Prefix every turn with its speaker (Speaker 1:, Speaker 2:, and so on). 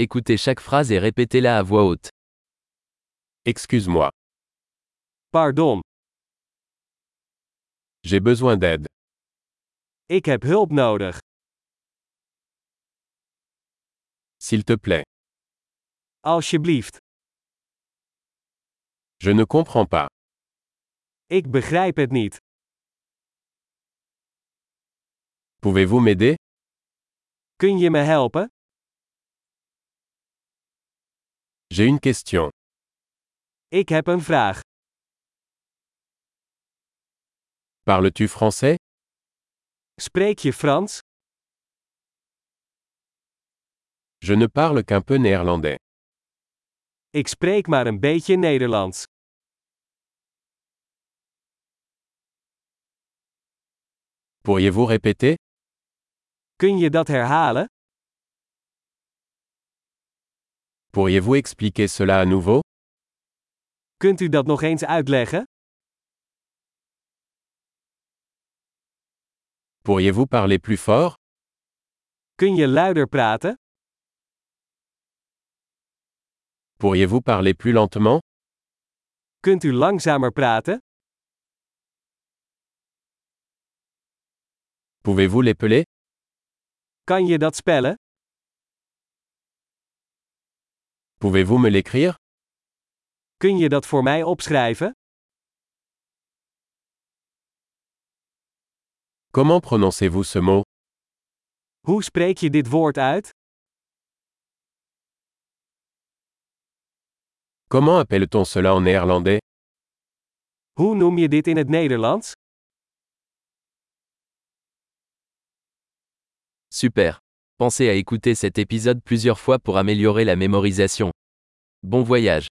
Speaker 1: Écoutez chaque phrase et répétez-la à voix haute.
Speaker 2: Excuse-moi,
Speaker 3: Pardon,
Speaker 2: j'ai besoin d'aide.
Speaker 3: ik heb hulp nodig.
Speaker 2: S'il te plaît,
Speaker 3: Alsjeblieft,
Speaker 2: je ne comprends pas.
Speaker 3: ik begrijp het niet.
Speaker 2: Pouvez-vous m'aider
Speaker 3: Kun je me helpen?
Speaker 2: J'ai une question.
Speaker 3: Ik heb een vraag.
Speaker 2: Parles-tu français
Speaker 3: Spreek je Frans?
Speaker 2: Je ne parle qu'un peu néerlandais.
Speaker 3: Ik spreek maar een beetje Nederlands.
Speaker 2: Pourriez-vous répéter
Speaker 3: Kun je dat herhalen?
Speaker 2: Pourriez-vous expliquer cela à nouveau
Speaker 3: Kunt u dat nog eens uitleggen?
Speaker 2: Pourriez-vous parler plus fort
Speaker 3: Kun je luider praten?
Speaker 2: Pourriez-vous parler plus lentement
Speaker 3: Kunt u langzamer praten?
Speaker 2: Pouvez-vous l'épeler
Speaker 3: Kan je dat spellen?
Speaker 2: Pouvez-vous me l'écrire
Speaker 3: Kun je dat voor mij opschrijven?
Speaker 2: Comment prononcez-vous ce mot
Speaker 3: Hoe spreek je dit woord uit?
Speaker 2: Comment appelle-t-on cela en néerlandais
Speaker 3: Hoe noem je dit in het Nederlands?
Speaker 1: Super. Pensez à écouter cet épisode plusieurs fois pour améliorer la mémorisation. Bon voyage.